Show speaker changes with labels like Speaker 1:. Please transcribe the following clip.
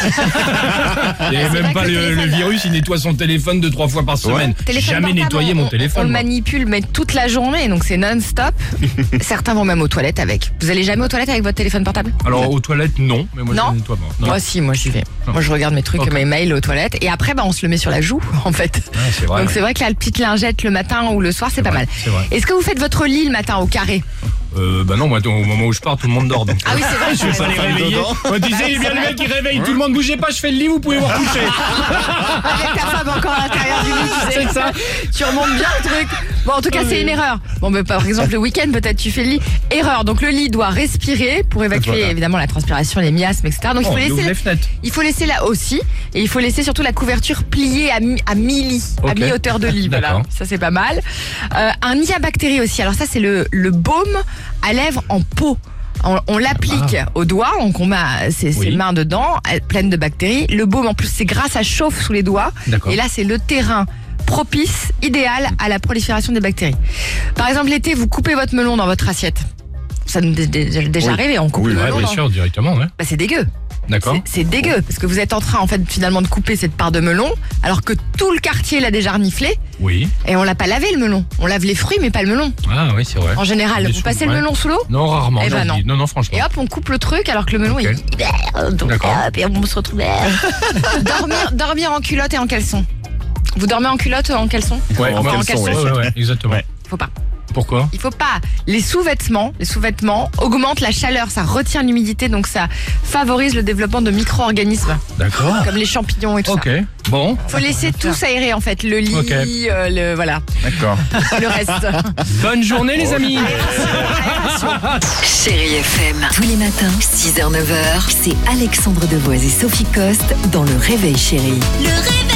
Speaker 1: n'y a
Speaker 2: Ah, vrai
Speaker 1: même pas
Speaker 2: que le
Speaker 1: le, le
Speaker 2: téléphone-
Speaker 1: virus, il nettoie son téléphone deux, trois fois par semaine. J'ai
Speaker 2: Téléphone
Speaker 1: Jamais
Speaker 2: portable,
Speaker 1: nettoyé
Speaker 2: on-
Speaker 1: mon
Speaker 2: on- On
Speaker 1: téléphone.
Speaker 2: le
Speaker 1: moi.
Speaker 2: manipule, mais toute la journée, donc c'est non-stop. Certains vont même aux toilettes avec. Vous allez jamais aux toilettes avec votre téléphone portable
Speaker 1: Alors, aux toilettes, non, mais moi, je
Speaker 2: Non.
Speaker 1: le nettoie pas. Non.
Speaker 2: Moi si, moi j'y vais.
Speaker 1: Non.
Speaker 2: Moi je regarde mes trucs,
Speaker 1: Ok.
Speaker 2: mes mails aux toilettes. Et après, bah, on se le met sur la joue, en fait.
Speaker 1: Ah, c'est vrai.
Speaker 2: Donc
Speaker 1: ouais.
Speaker 2: c'est vrai que la petite lingette le matin ou le soir, c'est pas
Speaker 1: vrai,
Speaker 2: mal.
Speaker 1: c'est vrai.
Speaker 2: Est-ce que vous faites votre lit le matin au carré
Speaker 1: Euh, bah non, moi, au moment où je pars, tout le monde dort. donc.
Speaker 2: Ah oui, c'est vrai.
Speaker 1: Je vais pas les réveiller. Moi, tu sais, il est bien le mec qui réveille tout le monde. Bougez pas, je fais le lit, vous pouvez vous recoucher.
Speaker 2: Avec ta femme encore à l'intérieur du lit, tu sais. ça. Tu remontes bien le truc. Bon, en tout
Speaker 1: Ah
Speaker 2: cas, c'est une erreur. Bon, mais par exemple, le week-end, peut-être tu fais le lit. Erreur. Donc le lit doit respirer pour évacuer
Speaker 1: Voilà.
Speaker 2: évidemment la transpiration, les miasmes, etc. Donc
Speaker 1: Oh,
Speaker 2: il,
Speaker 1: il
Speaker 2: faut
Speaker 1: ouvre
Speaker 2: laisser,
Speaker 1: les fenêtres.
Speaker 2: il faut laisser là aussi. Et il faut laisser surtout la couverture pliée à, mi- à mi-lit, à
Speaker 1: Ok.
Speaker 2: mi-hauteur de lit. voilà.
Speaker 1: D'accord.
Speaker 2: Ça, c'est pas mal. Euh, un nid à bactéries aussi. Alors ça, c'est le, le baume à lèvres en peau. On, on l'applique au doigt, donc on met euh, ses, ses
Speaker 1: Ah. Oui.
Speaker 2: mains dedans, euh, pleines de bactéries. Le baume, en plus, c'est grâce, ça chauffe sous les doigts.
Speaker 1: D'accord.
Speaker 2: Et là, c'est le terrain propice, idéal à la prolifération des bactéries. Par exemple, l'été, vous coupez votre melon dans votre assiette. Ça nous est dé- dé- déjà
Speaker 3: Oui.
Speaker 2: arrivé, on coupe
Speaker 3: Oui,
Speaker 2: le
Speaker 3: ouais,
Speaker 2: melon.
Speaker 1: bien
Speaker 2: dans-
Speaker 1: sûr, directement, ouais.
Speaker 2: Bah, c'est dégueu.
Speaker 1: D'accord.
Speaker 2: Ah, C'est- C'est dégueu parce que vous êtes en train en fait finalement de couper cette part de melon alors que tout le quartier l'a déjà reniflé
Speaker 1: Oui.
Speaker 2: et on l'a pas lavé le melon. On lave les fruits mais pas le melon.
Speaker 1: Ah oui, c'est vrai.
Speaker 2: En général,
Speaker 1: Des
Speaker 2: vous
Speaker 1: sous-
Speaker 2: passez le
Speaker 1: ouais.
Speaker 2: melon sous l'eau
Speaker 1: Non, rarement.
Speaker 2: Eh
Speaker 1: j'en
Speaker 2: ben non.
Speaker 1: dis. non, non, franchement.
Speaker 2: et hop on coupe le truc alors que le melon
Speaker 1: Ok.
Speaker 2: il il- donc,
Speaker 1: D'accord.
Speaker 2: hop, et on se retrouve dormir dormir en culotte et en caleçon. Vous dormez en culotte ou en caleçon
Speaker 1: Ouais,
Speaker 3: En
Speaker 1: ouais,
Speaker 3: caleçon,
Speaker 1: ouais,
Speaker 3: ouais.
Speaker 1: ouais, ouais, exactement.
Speaker 3: Ouais.
Speaker 2: Faut pas.
Speaker 1: Pourquoi
Speaker 2: Il faut pas. Les sous-vêtements, les sous-vêtements augmentent la chaleur, ça retient l'humidité, donc ça favorise le développement de micro-organismes
Speaker 1: D'accord.
Speaker 2: comme les champignons et tout
Speaker 1: Ok.
Speaker 2: ça.
Speaker 1: Bon.
Speaker 2: Faut laisser tout s'aérer en fait, le lit,
Speaker 1: Ok.
Speaker 2: euh, le voilà,
Speaker 3: D'accord.
Speaker 2: le reste.
Speaker 1: Bonne journée, les amis.
Speaker 4: Chérie FM.
Speaker 5: Tous les matins, 6h, 9h, c'est Alexandre Devoise et Sophie Coste dans Le Réveil Chérie.
Speaker 6: Le réveil.